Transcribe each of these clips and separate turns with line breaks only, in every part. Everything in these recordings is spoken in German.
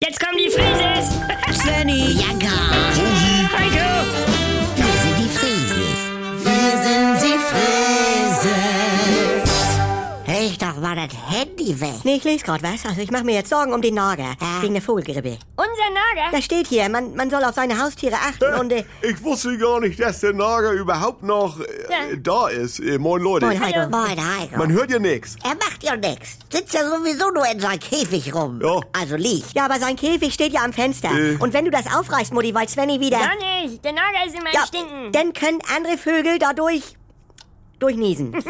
Ist nicht, lies grad was. Also ich mache mir jetzt Sorgen um den Nager. Wegen der Vogelgrippe.
Unser Nager?
Da steht hier, man, man soll auf seine Haustiere achten und... Äh,
Ich wusste gar nicht, dass der Nager überhaupt noch äh,
Ja.
da ist. Äh, moin Leute.
Moin, Heiko.
Moin, Heiko.
Man hört ja nichts.
er macht ja nichts. Sitzt ja sowieso nur in seinem Käfig rum.
Ja.
Also liegt.
Ja, aber sein Käfig steht ja am Fenster.
Äh.
Und wenn du das aufreißt, Mutti, weil Svenny wieder...
Gar nicht. Der Nager ist immer im Stinken.
dann können andere Vögel dadurch... durchniesen.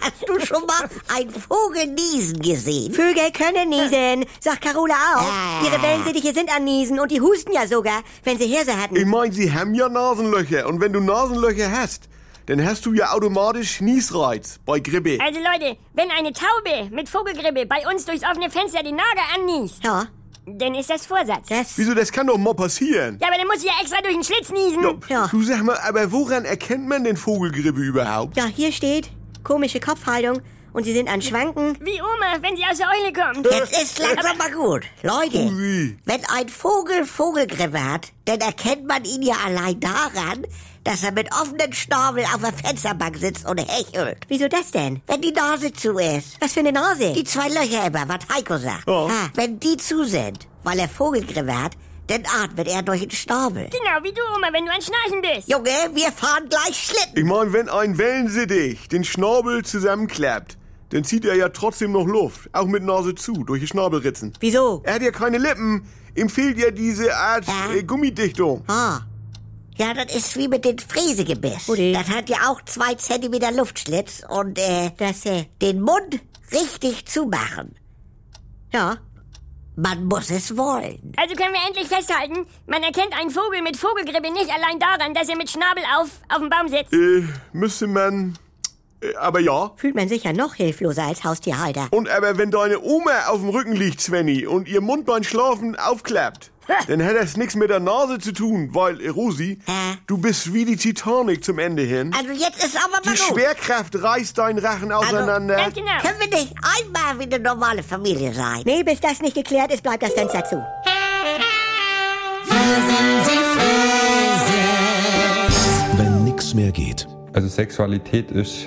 Hast du schon mal einen Vogel niesen gesehen?
Vögel können niesen, sagt Carola auch.
Ah.
Ihre Wellensittiche sind an Niesen und die husten ja sogar, wenn sie Hirse
Ich
hatten.
meine, sie haben ja Nasenlöcher. Und wenn du Nasenlöcher hast, dann hast du ja automatisch Niesreiz bei Grippe.
Also Leute, wenn eine Taube mit Vogelgrippe bei uns durchs offene Fenster den Nager anniest,
Ja,
dann ist das Vorsatz. Ja,
das...
Wieso, das kann doch mal passieren.
aber dann muss sie ja extra durch den Schlitz niesen.
Ja.
Du sag mal, aber woran erkennt man denn Vogelgrippe überhaupt?
Ja, hier steht, komische Kopfhaltung und sie sind an Schwanken.
Wie Oma, wenn sie aus der Eule kommt.
Jetzt ist langsam mal gut. Leute,
Ui.
wenn ein Vogel Vogelgrippe hat, dann erkennt man ihn ja allein daran, dass er mit offenen Schnabel auf der Fensterbank sitzt und hechelt.
Wieso das denn?
Wenn die Nase zu ist.
Was für eine Nase?
Die zwei Löcher immer, was Heiko sagt.
Ja.
Ah, Wenn die zu sind, weil er Vogelgrippe hat, dann atmet er durch den Schnabel.
Genau, wie du, Oma, wenn du an Schnarchen bist.
Junge, wir fahren gleich Schlitten.
Ich meine, wenn ein Wellensittich den Schnabel zusammenklappt, dann zieht er ja trotzdem noch Luft. Auch mit Nase zu, durch die Schnabelritzen.
Wieso?
Er hat ja keine Lippen. Ihm fehlt ja diese Art
Ja.
äh, Gummidichtung.
Ah. Ja, das ist wie mit dem Fräsegebiss.
Udi.
Das hat ja auch zwei Zentimeter Luftschlitz und äh,
Das, äh,
den Mund richtig zumachen.
ja.
Man muss es wollen.
Also können wir endlich festhalten, man erkennt einen Vogel mit Vogelgrippe nicht allein daran, dass er mit Schnabel auf, auf dem Baum sitzt.
Äh, müsste man... Äh, aber ja.
Fühlt man sich ja noch hilfloser als Haustierhalter.
Und aber wenn deine Oma auf dem Rücken liegt, Svenny, und ihr Mund beim Schlafen aufklappt, dann hat das nichts mit der Nase zu tun, weil, äh, Rosi,
Hä?
du bist wie die Titanic zum Ende hin.
Also jetzt ist aber mal
Die
gut.
Schwerkraft reißt deinen Rachen auseinander.
Ganz genau.
Können wir nicht einmal wie eine normale Familie sein?
Nee, bis das nicht geklärt ist, bleibt das Fenster zu.
Wenn nix mehr geht.
Also Sexualität ist